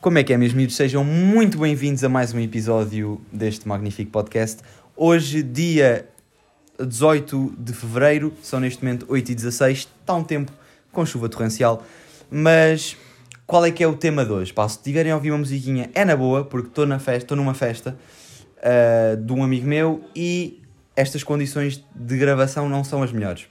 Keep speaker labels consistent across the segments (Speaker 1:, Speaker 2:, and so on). Speaker 1: Como é que é, meus miúdos? Sejam muito bem-vindos a mais um episódio deste magnífico podcast. Hoje, dia 18 de fevereiro, são neste momento 8h16, está um tempo com chuva torrencial, mas qual é que é o tema de hoje? Pá, se tiverem a ouvir uma musiquinha, é na boa, porque estou na festa, estou numa festa ah, de um amigo meu e estas condições de gravação não são as melhores.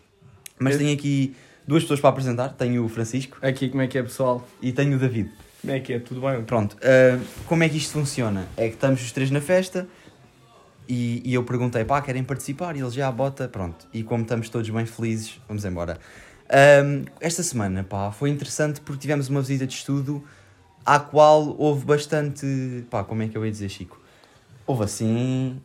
Speaker 1: Mas
Speaker 2: Eu-
Speaker 1: tenho aqui duas pessoas para apresentar, tenho o Francisco
Speaker 2: Aqui, como é que é, pessoal?
Speaker 1: e tenho o David.
Speaker 2: Como é que é? Tudo bem?
Speaker 1: Pronto, ah, como é que isto funciona? É que estamos os três na festa e, e eu perguntei, pá, querem participar? E ele já bota, pronto. E como estamos todos bem felizes, vamos embora. Ahm, esta semana, pá, foi interessante porque tivemos uma visita de estudo à qual houve bastante. pá, como é que eu ia dizer, Chico? Houve assim.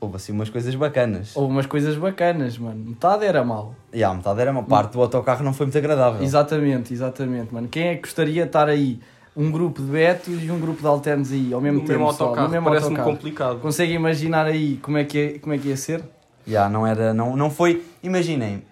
Speaker 1: houve assim umas coisas bacanas.
Speaker 2: Houve umas coisas bacanas, mano. Metade era mal.
Speaker 1: E a metade era uma parte do autocarro, não foi muito agradável.
Speaker 2: Exatamente, exatamente, mano. Quem é que gostaria de estar aí? Um grupo de betos e um grupo de alternos aí, ao mesmo
Speaker 3: no
Speaker 2: tempo,
Speaker 3: mesmo
Speaker 2: pessoal,
Speaker 3: autocarro,
Speaker 2: no mesmo
Speaker 3: parece-me
Speaker 2: autocarro.
Speaker 3: complicado.
Speaker 2: Consegue imaginar aí como é que, é, como é que ia ser?
Speaker 1: Ya, não era, não, não foi, imaginem,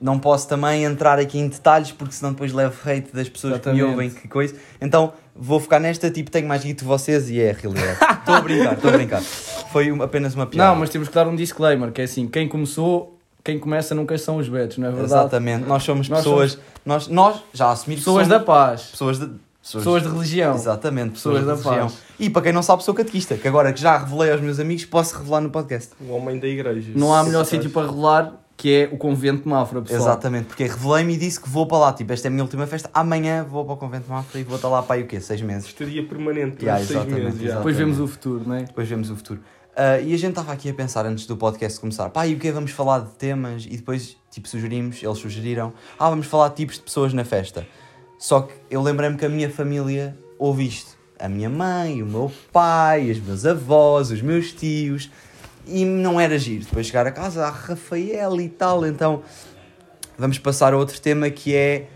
Speaker 1: não posso também entrar aqui em detalhes porque senão depois levo hate das pessoas que me
Speaker 2: Exatamente.
Speaker 1: ouvem, que coisa. Então vou ficar nesta, tipo, tenho mais guito que vocês e é a realidade. Estou a brincar, estou a brincar. Foi uma- apenas uma piada.
Speaker 2: Não, mas temos que dar um disclaimer, que é assim, quem começou, quem começa nunca são os betos, não é verdade?
Speaker 1: Exatamente, nós somos
Speaker 2: Nós
Speaker 1: pessoas, nós, nós já assumimos
Speaker 2: Pessoas da paz,
Speaker 1: pessoas de
Speaker 2: pessoas de religião.
Speaker 1: Exatamente, pessoas,
Speaker 2: Pessoas
Speaker 1: da
Speaker 2: da
Speaker 1: religião.
Speaker 2: paz.
Speaker 1: E para quem não sabe, sou catequista, que agora que já revelei aos meus amigos, posso revelar no podcast.
Speaker 3: O homem da igreja.
Speaker 2: Não há melhor
Speaker 3: Esse
Speaker 2: sítio
Speaker 3: gajo.
Speaker 2: para revelar que é o convento de Mafra, pessoal.
Speaker 1: Exatamente, porque revelei-me e disse que vou para lá. Tipo, esta é a minha última festa. Amanhã vou para o convento de Mafra e vou estar lá para aí o quê? Seis meses.
Speaker 3: Estaria permanente durante
Speaker 1: Yeah,
Speaker 3: seis
Speaker 1: exatamente,
Speaker 3: meses. já.
Speaker 1: exato.
Speaker 2: Depois vemos o futuro, não é?
Speaker 1: Depois vemos o futuro. Ah, e a gente estava aqui a pensar antes do podcast começar: pá, e o que é? Vamos falar de temas e depois, tipo, sugerimos, eles sugeriram: ah, vamos falar de tipos de pessoas na festa. Só que eu lembrei-me que a minha família ouve isto: a minha mãe, o meu pai, os meus avós, os meus tios. E não era giro. Depois chegar a casa, ah, Rafael e tal. Então vamos passar a outro tema que é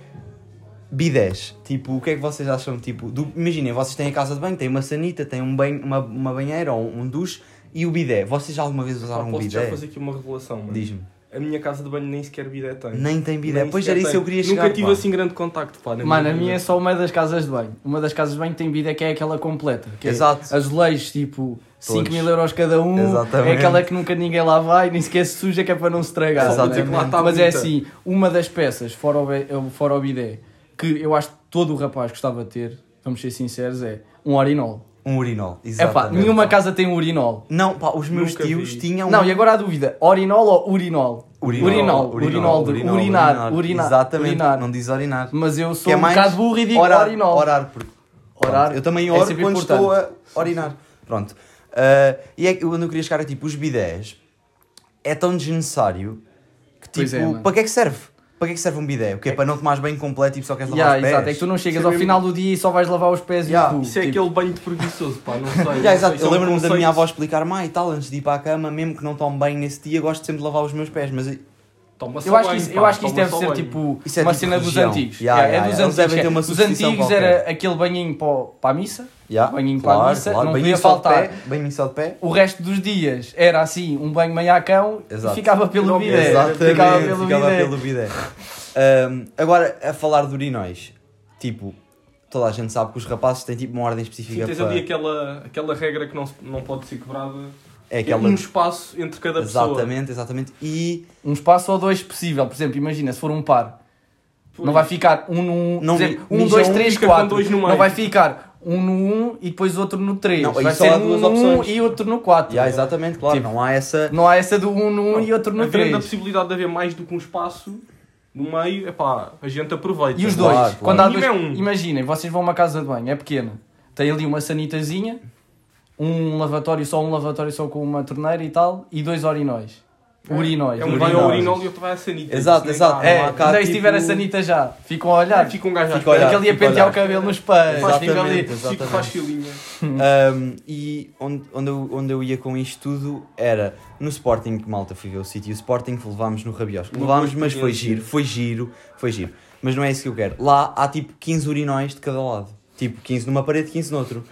Speaker 1: bidés. Tipo, o que é que vocês acham? Tipo, do- imaginem, vocês têm a casa de banho, têm uma sanita, têm um banho, uma, uma banheira ou um duche e o bidé. Vocês já alguma vez
Speaker 3: Pá,
Speaker 1: usaram um
Speaker 3: posso já
Speaker 1: bidé?
Speaker 3: fazer aqui uma revelação, mano.
Speaker 1: Diz-me.
Speaker 3: A minha casa de banho nem sequer bidé tem.
Speaker 1: Nem tem bidé.
Speaker 3: Nem
Speaker 1: pois
Speaker 3: sequer
Speaker 1: era isso que
Speaker 3: tem.
Speaker 1: eu queria
Speaker 3: Nunca
Speaker 1: chegar.
Speaker 3: tive
Speaker 1: pá.
Speaker 3: assim grande contacto, pá. na
Speaker 2: Mano, a
Speaker 3: vida.
Speaker 2: minha é só uma das casas de banho. Uma das casas de banho tem vida que é aquela completa. Que
Speaker 1: Exato.
Speaker 2: É azulejos, tipo, 5 mil euros cada um.
Speaker 1: Exatamente.
Speaker 2: É aquela que nunca ninguém lá vai, nem sequer se suja, que é para não se estragar.
Speaker 1: Só para dizer
Speaker 2: né?
Speaker 3: que lá está
Speaker 2: Mas é
Speaker 3: bonita.
Speaker 2: assim, uma das peças, fora o, be- fora o bidé, que eu acho que todo o rapaz gostava de ter, vamos ser sinceros, é um urinol.
Speaker 1: Um urinol.
Speaker 2: É pá,
Speaker 1: Exatamente.
Speaker 2: nenhuma casa tem um urinol.
Speaker 1: Não, pá, os meus
Speaker 3: Nunca
Speaker 1: tios
Speaker 3: vi.
Speaker 1: tinham. um
Speaker 2: Não, e agora a dúvida, orinol ou urinol?
Speaker 1: Urinol,
Speaker 2: urinol, urinol, de urinar, urinar,
Speaker 1: Exatamente,
Speaker 2: urinar.
Speaker 1: não diz urinar.
Speaker 2: Mas eu
Speaker 1: Que
Speaker 2: sou
Speaker 1: é
Speaker 2: um
Speaker 1: mais
Speaker 2: bocado burro e digo
Speaker 1: orar,
Speaker 2: urinol.
Speaker 1: Orar, porque
Speaker 2: Orar
Speaker 1: eu também
Speaker 2: é
Speaker 1: oro
Speaker 2: sempre
Speaker 1: quando
Speaker 2: importante.
Speaker 1: estou a orinar. Pronto. Ah, e é que eu não queria chegar a tipo, os bidés é tão desnecessário que
Speaker 2: Pois
Speaker 1: tipo,
Speaker 2: é, mano.
Speaker 1: para que é que serve? Para que é que serve um bidé? O quê? Para não tomares bem completo e só queres lavar
Speaker 2: Yeah,
Speaker 1: os pés?
Speaker 2: exato, é que tu não chegas
Speaker 3: Isso é
Speaker 2: ao
Speaker 3: mesmo-
Speaker 2: final do dia e só vais lavar os pés
Speaker 1: Yeah,
Speaker 2: e tu.
Speaker 3: Isso é
Speaker 2: tipo,
Speaker 3: aquele banho de preguiçoso, pá. Não sei. não
Speaker 1: Yeah, exato.
Speaker 3: sei, isso é
Speaker 1: Eu
Speaker 3: um
Speaker 1: lembro-me da minha
Speaker 3: conceito.
Speaker 1: avó explicar, mãe, e tal, antes de ir para a cama, mesmo que não tome bem nesse dia, gosto sempre de lavar os meus pés, mas
Speaker 3: Toma
Speaker 2: Eu
Speaker 3: só
Speaker 2: acho que
Speaker 3: banho,
Speaker 2: isso,
Speaker 3: pá,
Speaker 2: eu acho que isto
Speaker 3: toma
Speaker 2: deve
Speaker 3: só
Speaker 2: ser
Speaker 3: banho.
Speaker 2: tipo
Speaker 1: Isso é
Speaker 2: uma
Speaker 1: tipo
Speaker 2: cena
Speaker 1: religião.
Speaker 2: dos antigos.
Speaker 1: Yeah,
Speaker 2: Yeah,
Speaker 1: yeah,
Speaker 2: é dos
Speaker 1: yeah, eles
Speaker 2: antigos.
Speaker 1: devem ter uma
Speaker 2: Os
Speaker 1: substituição
Speaker 2: antigos
Speaker 1: qualquer.
Speaker 2: era aquele banhinho para, o- para a missa, um
Speaker 1: yeah,
Speaker 2: banhinho para a
Speaker 1: claro,
Speaker 2: missa,
Speaker 1: claro,
Speaker 2: é- não
Speaker 1: banho
Speaker 2: podia
Speaker 1: só de
Speaker 2: faltar.
Speaker 1: pé, banho só de pé.
Speaker 2: O resto dos dias era assim, um banho maiacão
Speaker 1: Exato.
Speaker 2: e ficava pelo
Speaker 3: Exatamente,
Speaker 2: bidé.
Speaker 1: Exatamente,
Speaker 2: Ficava pelo bidé.
Speaker 1: bidé. Ahm, agora, a falar de urinóis, tipo, toda a gente sabe que os rapazes têm tipo uma ordem específica
Speaker 3: Sim, tens
Speaker 1: para...
Speaker 3: ali aquela, aquela regra que não, se- não pode ser quebrada.
Speaker 1: É
Speaker 3: É
Speaker 1: aquela...
Speaker 3: um espaço entre cada pessoa.
Speaker 1: Exatamente, exatamente. E
Speaker 2: Um espaço ou dois possível, por exemplo, imagina se for um par.
Speaker 3: Pois.
Speaker 2: Não vai ficar um no um,
Speaker 1: Não,
Speaker 2: por exemplo, um,
Speaker 1: mija
Speaker 2: dois,
Speaker 1: um,
Speaker 2: três,
Speaker 3: fica com
Speaker 2: quatro.
Speaker 3: dois no meio.
Speaker 2: não vai ficar um no um e depois outro no três.
Speaker 1: Não, aí
Speaker 2: vai
Speaker 1: só
Speaker 2: ser
Speaker 1: há
Speaker 2: um
Speaker 1: duas
Speaker 2: no um
Speaker 1: opções.
Speaker 2: e outro no quatro.
Speaker 1: yeah, exatamente, claro,
Speaker 2: Tipo,
Speaker 1: não há essa...
Speaker 2: Não há essa do um no um e outro no
Speaker 3: Havendo a
Speaker 2: três.
Speaker 3: possibilidade de haver mais do que um espaço no meio, epá, a gente aproveita.
Speaker 2: E os dois,
Speaker 1: Claro, é claro.
Speaker 2: quando há
Speaker 3: O mínimo
Speaker 2: dois,
Speaker 3: é um.
Speaker 2: imaginem, vocês vão a uma casa de banho, é pequena, tem ali uma sanitazinha, um lavatório, só um lavatório só com uma torneira e tal, e dois urinóis. Urinóis.
Speaker 3: É um vai
Speaker 2: urinóis.
Speaker 3: ao urinol e outro vai à sanita.
Speaker 1: Exato,
Speaker 3: Isso nem
Speaker 1: exato.
Speaker 3: dá.
Speaker 2: É,
Speaker 1: Não há cá,
Speaker 2: daí se
Speaker 1: tipo-
Speaker 2: tiver a sanita já, ficam a olhar.
Speaker 3: Fica um gajo à
Speaker 1: Fica a olhar.
Speaker 3: espera.
Speaker 2: Aquele ia
Speaker 1: fica a
Speaker 2: é pentear
Speaker 1: olhar.
Speaker 2: o cabelo nos pés.
Speaker 3: Faz
Speaker 2: fica ali.
Speaker 1: Exatamente.
Speaker 3: filinha. Fica faz filinha.
Speaker 1: Uhum. Ahm, e onde, onde, eu, onde eu ia com isto tudo era no Sporting, que malta fui ver o sítio, o Sporting que levámos no Rabiosco.
Speaker 3: Uma
Speaker 1: Levámos,
Speaker 3: boa
Speaker 1: mas foi
Speaker 3: experiência.
Speaker 1: giro, foi giro, foi giro. Mas não é isso que eu quero. Lá há tipo 15 urinóis de cada lado. Tipo 15 numa parede, 15 noutro.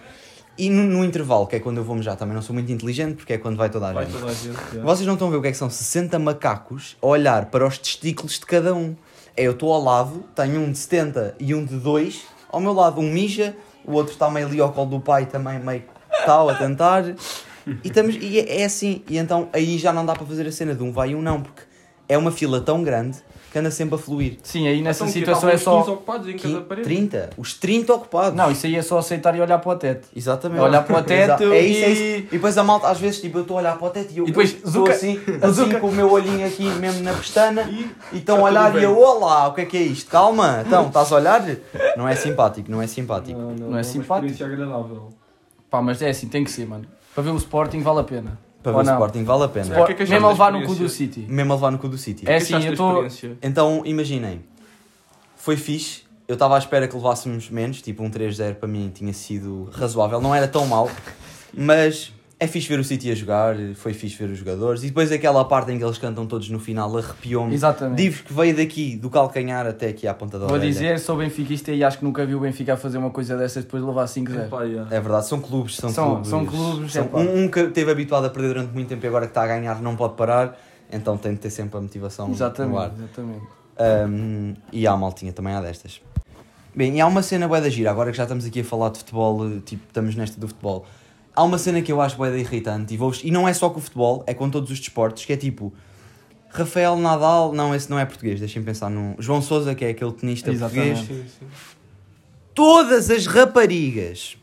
Speaker 1: E no, no intervalo, que é quando eu vou mejar, também não sou muito inteligente, porque é quando vai toda a
Speaker 3: Vai
Speaker 1: gente.
Speaker 3: toda a gente. é.
Speaker 1: Vocês não estão a ver o que é que são 60 macacos a olhar para os testículos de cada um. É, eu estou ao lado, tenho um de 70 e um de 2 ao meu lado. Um mija, o outro está meio ali ao colo do pai também, meio que tal, a tentar. E, estamos, e é é assim, e então aí já não dá para fazer a cena de um vai e um não, porque é uma fila tão grande que anda sempre a fluir.
Speaker 2: Sim, aí nessa
Speaker 3: Então, o quê?
Speaker 2: situação
Speaker 3: Estavam
Speaker 2: é
Speaker 3: uns
Speaker 2: só.
Speaker 3: 15 ocupados em cada
Speaker 1: Quin-
Speaker 3: parede.
Speaker 1: 30, os 30 ocupados.
Speaker 2: Não, isso aí é só aceitar e olhar para o teto.
Speaker 1: Exatamente.
Speaker 2: É olhar para o teto
Speaker 1: Exa- é isso, é isso.
Speaker 2: e-
Speaker 1: E depois a malta, às vezes, tipo, eu estou a olhar para o teto e eu
Speaker 2: E depois,
Speaker 1: estou
Speaker 2: Zuka-
Speaker 1: assim, assim com o meu olhinho aqui mesmo na pestana
Speaker 3: E-
Speaker 1: e estão a
Speaker 3: Tá
Speaker 1: olhar
Speaker 3: tudo
Speaker 1: e eu,
Speaker 3: bem.
Speaker 1: olá, o que é que é isto? Calma, então, estás a olhar? Não é simpático, não é simpático.
Speaker 3: Não, não,
Speaker 2: Não é
Speaker 3: é uma
Speaker 2: simpático.
Speaker 3: experiência agradável.
Speaker 2: Pá, mas é assim, tem que ser, mano. Para ver o Sporting vale a pena.
Speaker 1: Para
Speaker 2: Ou
Speaker 1: ver o
Speaker 2: não?
Speaker 1: Sporting, vale a pena.
Speaker 3: Sport- O que é que achaste
Speaker 2: Mesmo a levar
Speaker 3: da
Speaker 2: no cu do
Speaker 3: experiência?
Speaker 2: City.
Speaker 1: Mesmo a levar no cu do City.
Speaker 2: É
Speaker 3: O que
Speaker 2: assim,
Speaker 3: achaste
Speaker 2: eu
Speaker 3: da
Speaker 2: estou.
Speaker 3: experiência?
Speaker 1: Então, imaginem, foi fixe, eu estava à espera que levássemos menos, tipo um 3-0 para mim tinha sido razoável, não era tão mal, mas é fixe ver o City a jogar, foi fixe ver os jogadores, e depois aquela parte em que eles cantam todos no final, arrepiou-me.
Speaker 2: Exatamente.
Speaker 1: Divo que veio daqui, do calcanhar até aqui à ponta da
Speaker 2: Vou
Speaker 1: orelha.
Speaker 2: dizer, sou benfiquista e acho que nunca vi o Benfica a fazer uma coisa dessas depois de levar 5-0.
Speaker 3: Epá, yeah.
Speaker 1: É verdade, são clubes, são,
Speaker 2: São-
Speaker 1: clubes.
Speaker 2: são clubes,
Speaker 1: São-
Speaker 2: é pá.
Speaker 1: um, um que esteve habituado a perder durante muito tempo e agora que está a ganhar não pode parar, então tem de ter sempre a motivação no ar.
Speaker 2: Exatamente, exatamente.
Speaker 1: Um, e há maltinha também há destas. Bem, e há uma cena bué da gira, agora que já estamos aqui a falar de futebol, eh, tipo, estamos nesta do futebol. Há uma cena que eu acho bué da irritante e, vou e não é só com o futebol, é com todos os desportos, que é tipo... Rafael Nadal, não, esse não é português, deixem-me pensar num... João Sousa, que é aquele tenista
Speaker 2: Exatamente.
Speaker 1: português.
Speaker 3: Sim, sim.
Speaker 1: Todas as raparigas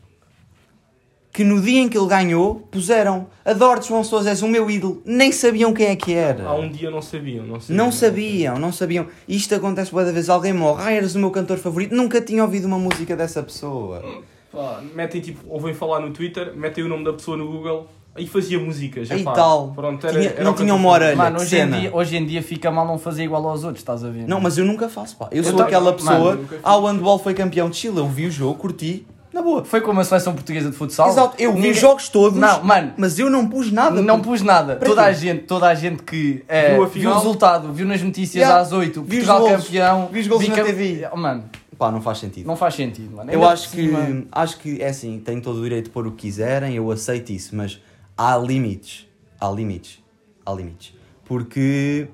Speaker 1: que no dia em que ele ganhou, puseram Adoro-te João Sousa, és o meu ídolo. Nem sabiam quem é que era.
Speaker 3: Há um dia não sabiam, não sabiam.
Speaker 1: Não sabiam, não sabiam. Isto acontece boa da vez. Alguém morre. Ah, eras o meu cantor favorito. Nunca tinha ouvido uma música dessa pessoa.
Speaker 3: Pá, metem tipo, ouvem falar no Twitter, metem o nome da pessoa no Google, aí fazia músicas.
Speaker 1: Aí
Speaker 3: epá,
Speaker 1: tal.
Speaker 3: Pronto, era,
Speaker 1: Tinha-
Speaker 3: era
Speaker 1: não
Speaker 3: o que
Speaker 1: tinham
Speaker 3: eu
Speaker 1: uma
Speaker 3: fazia.
Speaker 1: Olha,
Speaker 2: Mano,
Speaker 1: que
Speaker 2: hoje em,
Speaker 1: cena.
Speaker 2: dia, hoje em dia fica mal não fazer igual aos outros, estás a ver?
Speaker 1: Não, mas eu nunca faço, pá. Eu, sou
Speaker 2: tam-
Speaker 1: aquela pessoa.
Speaker 3: Mano, eu nunca fiz.
Speaker 1: ah, o handball foi campeão de Chile. Eu vi o jogo, curti. Na boa.
Speaker 2: Foi como a seleção portuguesa de futsal.
Speaker 1: Exato, eu vi
Speaker 2: Ninguém-
Speaker 1: os jogos todos.
Speaker 2: Não, mano.
Speaker 1: Mas eu não pus nada.
Speaker 2: Não
Speaker 1: porque-
Speaker 2: pus nada.
Speaker 1: Para
Speaker 2: Toda
Speaker 1: quê?
Speaker 2: a gente, toda a gente que eh,
Speaker 3: Viu a
Speaker 2: viu o
Speaker 3: final?
Speaker 2: resultado, viu nas notícias
Speaker 1: Yeah.
Speaker 2: às 8,
Speaker 1: Vi os
Speaker 2: Portugal
Speaker 1: golos.
Speaker 2: campeão.
Speaker 1: Vi os golos na
Speaker 2: cam-
Speaker 1: TV.
Speaker 2: Oh, Mano,
Speaker 1: Pá, não faz sentido.
Speaker 2: não faz sentido, mano.
Speaker 1: Eu
Speaker 2: Ainda
Speaker 1: acho
Speaker 2: por
Speaker 1: que,
Speaker 2: cima-
Speaker 1: acho que é assim, têm todo o direito de pôr o que quiserem, eu aceito isso, mas há limites. Há limites. Há limites. Porque,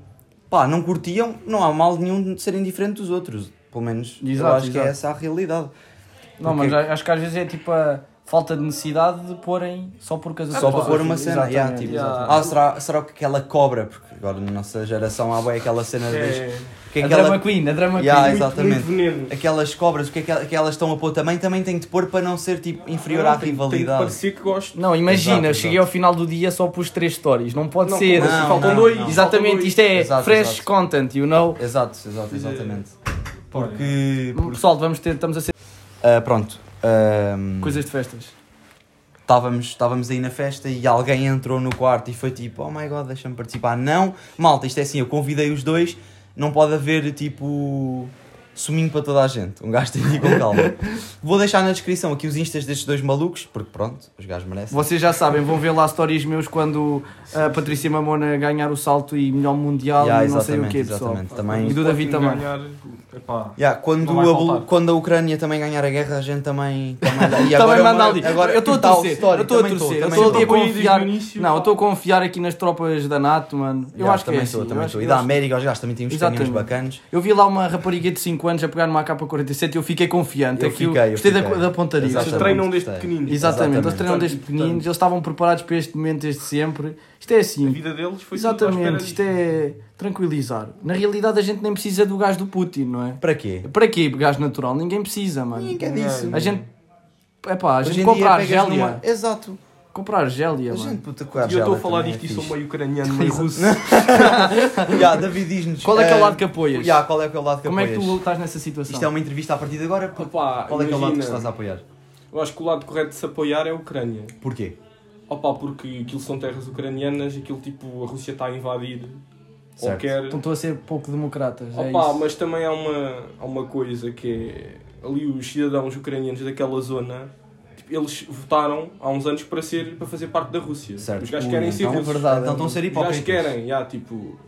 Speaker 1: pá, não curtiam, não há mal nenhum de serem diferentes dos outros. Pelo menos eu
Speaker 2: Exato,
Speaker 1: acho que é
Speaker 2: exato.
Speaker 1: essa a realidade.
Speaker 2: Não,
Speaker 1: Porque-
Speaker 2: mas a- acho que às vezes é tipo a falta de necessidade de porem só por causa
Speaker 1: Só
Speaker 2: do-
Speaker 1: para pôr uma cena.
Speaker 2: Exatamente,
Speaker 1: yeah, tipo,
Speaker 2: exatamente.
Speaker 1: Ah, será, será que aquela cobra? Porque agora na nossa geração há bem aquela cena de.
Speaker 3: É,
Speaker 1: Que
Speaker 2: A
Speaker 1: aquela,
Speaker 2: drama queen, a drama
Speaker 1: Yeah,
Speaker 2: queen.
Speaker 1: exato. Exatamente.
Speaker 3: Muito veneno.
Speaker 1: aquelas cobras, o que é que el- que elas estão a pôr também, também tem de pôr para não ser tipo inferior à
Speaker 3: Não, Ah, tem- tem que
Speaker 1: rivalidade.
Speaker 3: parecer que gosto.
Speaker 2: Não, imagina,
Speaker 1: Exato,
Speaker 2: eu cheguei ao final do dia só pus três stories. Não pode
Speaker 3: Não,
Speaker 2: ser.
Speaker 3: como
Speaker 1: assim?
Speaker 2: Não,
Speaker 1: Faltam
Speaker 2: não,
Speaker 1: dois,
Speaker 2: não.
Speaker 3: faltam
Speaker 2: Exatamente,
Speaker 3: dois.
Speaker 2: isto é
Speaker 1: Exato,
Speaker 2: fresh
Speaker 1: exato.
Speaker 2: content, you know?
Speaker 1: Exato, exato, exatamente.
Speaker 3: Porque
Speaker 1: Que,
Speaker 2: Pessoal, vamos ter, estamos a ser
Speaker 1: Ah, pronto. Ahm,
Speaker 2: coisas de festas.
Speaker 1: Estávamos, estávamos aí na festa e alguém entrou no quarto e foi tipo, oh my god, deixa-me participar. Não, malta, isto é assim, eu convidei os dois, não pode haver tipo suminho para toda a gente. Um gajo tem de ir com calma. Vou deixar na descrição aqui os instas destes dois malucos, porque pronto, os gajos merecem.
Speaker 2: Vocês já sabem, vão ver lá stories meus quando a Patrícia Mamona ganhar o salto e melhor mundial
Speaker 1: Yeah,
Speaker 2: e não sei o
Speaker 1: exatamente,
Speaker 2: quê, pessoal.
Speaker 1: exatamente. Também-
Speaker 2: E do David também.
Speaker 3: Epá,
Speaker 1: Yeah, quando,
Speaker 3: Não vai
Speaker 1: a, Bul-
Speaker 3: faltar.
Speaker 1: quando a Ucrânia também ganhar a guerra, a gente também. Também, dá. E
Speaker 2: também
Speaker 1: agora
Speaker 2: Tá
Speaker 1: é
Speaker 2: manda
Speaker 1: uma-
Speaker 2: ali.
Speaker 1: agora-
Speaker 2: eu estou a
Speaker 1: tal
Speaker 2: torcer,
Speaker 1: story,
Speaker 2: eu estou a
Speaker 1: também
Speaker 2: torcer. Eu
Speaker 1: também
Speaker 2: estou ali a
Speaker 3: estou. Apoio
Speaker 2: confiar.
Speaker 3: desde o início,
Speaker 2: Não, eu
Speaker 3: pá.
Speaker 2: estou a confiar aqui nas tropas da NATO, mano. Eu
Speaker 1: Yeah,
Speaker 2: acho que é
Speaker 1: também
Speaker 2: assim.
Speaker 1: estou,
Speaker 2: eu
Speaker 1: também
Speaker 2: acho
Speaker 1: estou.
Speaker 2: que
Speaker 1: E da
Speaker 2: eu acho-
Speaker 1: América, os gajos também têm uns canhões
Speaker 2: Exatamente.
Speaker 1: bacanos.
Speaker 2: Eu vi lá uma rapariga de 5 anos a pegar numa AK-47 e eu fiquei confiante.
Speaker 1: Eu
Speaker 2: Aqui eu
Speaker 1: fiquei, eu
Speaker 2: gostei da-
Speaker 1: fiquei.
Speaker 2: da pontaria.
Speaker 1: Exatamente.
Speaker 3: Vocês treinam desde
Speaker 1: Gostei.
Speaker 3: pequenino.
Speaker 2: Exatamente, eles
Speaker 1: Exatamente.
Speaker 2: treinam desde
Speaker 3: Portanto,
Speaker 2: pequeninos, eles estavam preparados para este momento desde sempre. Isto é
Speaker 3: A
Speaker 2: assim.
Speaker 3: vida deles foi tudo à espera
Speaker 2: Exatamente,
Speaker 3: disto.
Speaker 2: isto é tranquilizar. Na realidade, a gente nem precisa do gás do Putin, não é?
Speaker 1: Para quê?
Speaker 2: Para quê gás natural? Ninguém precisa, mano.
Speaker 1: Ninguém disse.
Speaker 2: A gente. Epá, a
Speaker 1: Hoje
Speaker 2: gente
Speaker 1: em
Speaker 2: compra
Speaker 1: dia
Speaker 2: a
Speaker 1: pegas
Speaker 2: Argélia.
Speaker 1: numa- Exato.
Speaker 2: Comprar Argélia,
Speaker 1: A
Speaker 2: mano.
Speaker 1: gente, puta,
Speaker 3: E eu estou a falar
Speaker 1: é
Speaker 3: disto e sou meio ucraniano, meio russo.
Speaker 1: yeah, David diz-nos.
Speaker 2: Qual é que é o
Speaker 1: eh,
Speaker 2: lado que apoias?
Speaker 1: yeah, qual é que é o lado que
Speaker 2: Como é que
Speaker 1: apoias?
Speaker 2: tu estás nessa situação?
Speaker 1: Isto é uma entrevista a partir de agora. pá.
Speaker 3: Opa,
Speaker 1: qual é que é o lado que
Speaker 3: imagina.
Speaker 1: estás a apoiar?
Speaker 3: Eu acho que o lado correto de se apoiar é a Ucrânia.
Speaker 1: Porquê?
Speaker 3: Opa, porque aquilo são terras ucranianas, aquilo tipo, a Rússia está a invadir.
Speaker 1: Certo.
Speaker 3: Ou quer.
Speaker 2: Então estou a ser pouco democratas. é
Speaker 3: Opa,
Speaker 2: isso.
Speaker 3: mas também há uma, há uma coisa que é. Ali os cidadãos ucranianos daquela zona, tipo, eles votaram há uns anos para, ser, para fazer parte da Rússia.
Speaker 1: Certo.
Speaker 3: Os gajos
Speaker 1: Ui,
Speaker 3: querem ser
Speaker 2: é
Speaker 1: então,
Speaker 3: russos.
Speaker 1: verdade, então estão a ser
Speaker 3: Os gajos
Speaker 1: hipócritas.
Speaker 3: querem, já, tipo.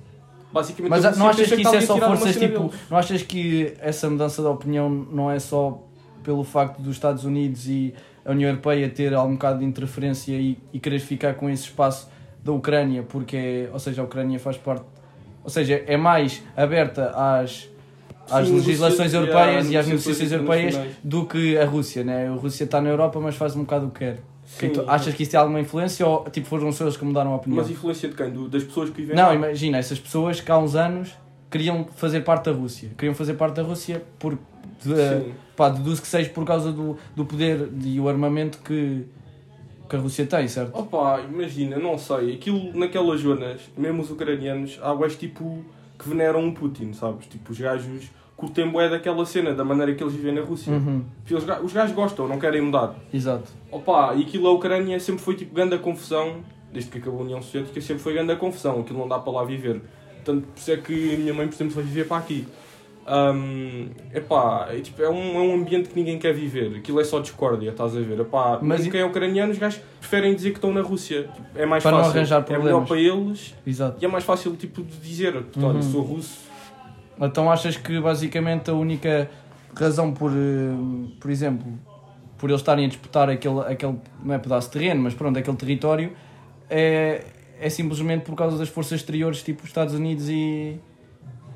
Speaker 3: Basicamente,
Speaker 2: Mas
Speaker 3: a
Speaker 2: não
Speaker 3: Rússia
Speaker 2: achas
Speaker 3: pensa
Speaker 2: que isso é
Speaker 3: está
Speaker 2: só
Speaker 3: ali a tirar uma
Speaker 2: forças
Speaker 3: cena
Speaker 2: tipo.
Speaker 3: deles.
Speaker 2: Não achas que essa mudança de opinião não é só pelo facto dos Estados Unidos e a União Europeia ter algum bocado de interferência e, e querer ficar com esse espaço da Ucrânia, porque é, ou seja, a Ucrânia faz parte, ou seja, é mais aberta às às
Speaker 3: Sim,
Speaker 2: legislações
Speaker 3: negocia-
Speaker 2: europeias
Speaker 3: yeah,
Speaker 2: e às negociações
Speaker 3: negociações
Speaker 2: europeias
Speaker 3: internacionais.
Speaker 2: do que a Rússia, né? A Rússia está na Europa, mas faz um bocado o que quer. Que
Speaker 3: Sim.
Speaker 2: tu- achas que isso tem alguma influência ou tipo foram só eles que mudaram a opinião?
Speaker 3: Mas influência de quem? Do- das pessoas que vivem
Speaker 2: Não,
Speaker 3: lá?
Speaker 2: imagina, essas pessoas que há uns anos queriam fazer parte da Rússia. Queriam fazer parte da Rússia por. de-
Speaker 3: Sim.
Speaker 2: pá, deduzo que seja por causa do, do poder e o armamento que, que a Rússia tem, certo?
Speaker 3: Opa, imagina, não sei. Aquilo naquelas zonas, mesmo os ucranianos, há boés tipo que veneram o Putin, sabes? Tipo, os gajos curtem bué daquela cena, da maneira que eles vivem na Rússia.
Speaker 2: Uhum,
Speaker 3: Porque Os, ga- os gajos gostam, não querem mudar.
Speaker 2: exato.
Speaker 3: Opa, e aquilo a Ucrânia sempre foi tipo grande a confusão, desde que acabou a União Soviética, sempre foi grande a confusão, aquilo não dá para lá viver. Portanto, por isso é que a minha mãe, por exemplo, foi viver para aqui. Hum, epá, é, tipo, é, um, é um ambiente que ninguém quer viver, aquilo é só discórdia, estás a ver? Epá,
Speaker 2: Mas
Speaker 3: Mas
Speaker 2: e-
Speaker 3: quem é ucraniano, os gajos preferem dizer que estão na Rússia, Tipo, é mais
Speaker 2: Para não
Speaker 3: fácil,
Speaker 2: arranjar
Speaker 3: é
Speaker 2: problemas.
Speaker 3: melhor para eles
Speaker 2: Exato.
Speaker 3: e é mais fácil tipo, de dizer: olha,
Speaker 2: Uhum.
Speaker 3: sou russo,
Speaker 2: Então achas que basicamente a única razão por, eh, por exemplo, por eles estarem a disputar aquele, aquele não é pedaço de terreno, mas pronto, aquele território, é, é simplesmente por causa das forças exteriores, tipo os Estados Unidos e.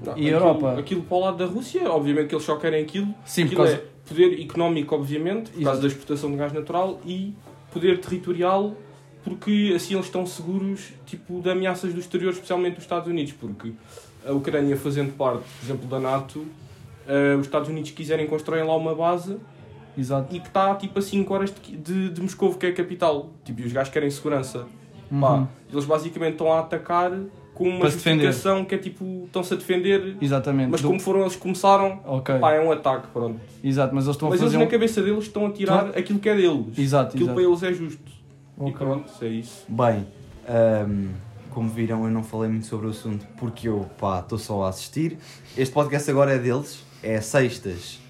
Speaker 3: Não,
Speaker 2: E
Speaker 3: aquilo-
Speaker 2: Europa?
Speaker 3: Aquilo para o lado da Rússia, obviamente que eles só querem aquilo.
Speaker 2: Sim, por
Speaker 3: aquilo
Speaker 2: causa.
Speaker 3: é poder económico, obviamente, por
Speaker 2: Exato.
Speaker 3: causa da exportação de gás natural e poder territorial, porque assim eles estão seguros tipo, de ameaças do exterior, especialmente dos Estados Unidos, porque a Ucrânia fazendo parte, por exemplo, da NATO, eh, os Estados Unidos quiserem construir lá uma base
Speaker 2: Exato.
Speaker 3: e que está tipo a 5 horas de, Ki- de, de Moscovo, que é a capital. Tipo, e os gajos querem segurança. Pá,
Speaker 2: Uhum.
Speaker 3: eles basicamente estão a atacar com uma
Speaker 2: Para se defender.
Speaker 3: justificação que é tipo, estão-se a defender
Speaker 2: Exatamente.
Speaker 3: mas
Speaker 2: Do-
Speaker 3: como foram eles que começaram,
Speaker 2: Ok,
Speaker 3: pá, é um ataque, pronto.
Speaker 2: exato, mas eles estão a
Speaker 3: Mas eles
Speaker 2: fazer
Speaker 3: na
Speaker 2: um.
Speaker 3: cabeça deles estão a tirar aquilo que é deles.
Speaker 2: Exato,
Speaker 3: Aquilo
Speaker 2: exato.
Speaker 3: para eles é justo. E
Speaker 2: Ok.
Speaker 3: pronto, é isso.
Speaker 1: Bem, ahm, como viram, eu não falei muito sobre o assunto porque eu, pá, estou só a assistir. Este podcast agora é deles, é sextas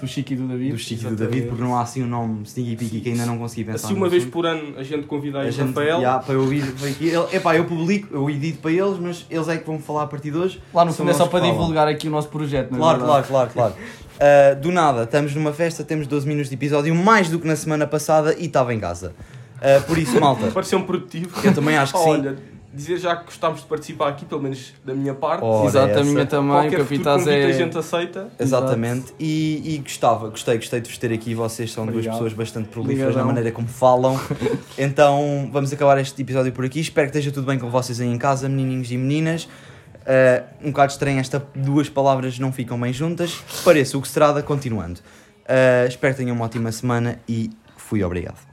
Speaker 2: Do Chico e do David.
Speaker 1: do Chico e do
Speaker 2: Exatamente.
Speaker 1: David, porque não há assim um nome stingy picky que ainda não consegui pensar.
Speaker 3: Assim,
Speaker 1: no
Speaker 3: uma vez
Speaker 1: assunto.
Speaker 3: por ano a gente convida aí
Speaker 1: A
Speaker 3: o
Speaker 1: gente,
Speaker 3: Rafael.
Speaker 1: já, para eu ouvir para aqui. Ele, epá, eu publico, eu edito para eles, mas eles é que vão falar a partir de hoje.
Speaker 2: Lá no
Speaker 1: São
Speaker 2: fundo é só
Speaker 1: eles que
Speaker 2: para
Speaker 1: falam.
Speaker 2: divulgar aqui o nosso projeto, não é
Speaker 1: Claro,
Speaker 2: verdade?
Speaker 1: claro, claro, claro. Ah, do nada, estamos numa festa, temos 12 minutos de episódio, mais do que na semana passada e estava em casa. Ah, por isso, malta,
Speaker 3: Pareceu-me um produtivo.
Speaker 1: eu também acho que sim.
Speaker 3: Olha, dizer já que gostámos de participar aqui, pelo menos da minha parte.
Speaker 1: Oh, Ora,
Speaker 2: Exato, a
Speaker 1: essa.
Speaker 2: minha também, o
Speaker 3: Qualquer
Speaker 2: Capitaz
Speaker 3: futuro convite
Speaker 2: é.
Speaker 3: a gente aceita.
Speaker 1: Exatamente, e, e gostava, gostei, gostei de vos ter aqui. Vocês são duas
Speaker 2: Obrigado.
Speaker 1: pessoas bastante prolíferas na
Speaker 2: Obrigadão.
Speaker 1: maneira como falam. então vamos acabar este episódio por aqui. Espero que esteja tudo bem com vocês aí em casa, menininhos e meninas. Ah, um bocado estranho, estas duas palavras não ficam bem Uh, juntas. Pareço o que Estrada, continuando. Ah, espero que tenham uma ótima semana e fui obrigado.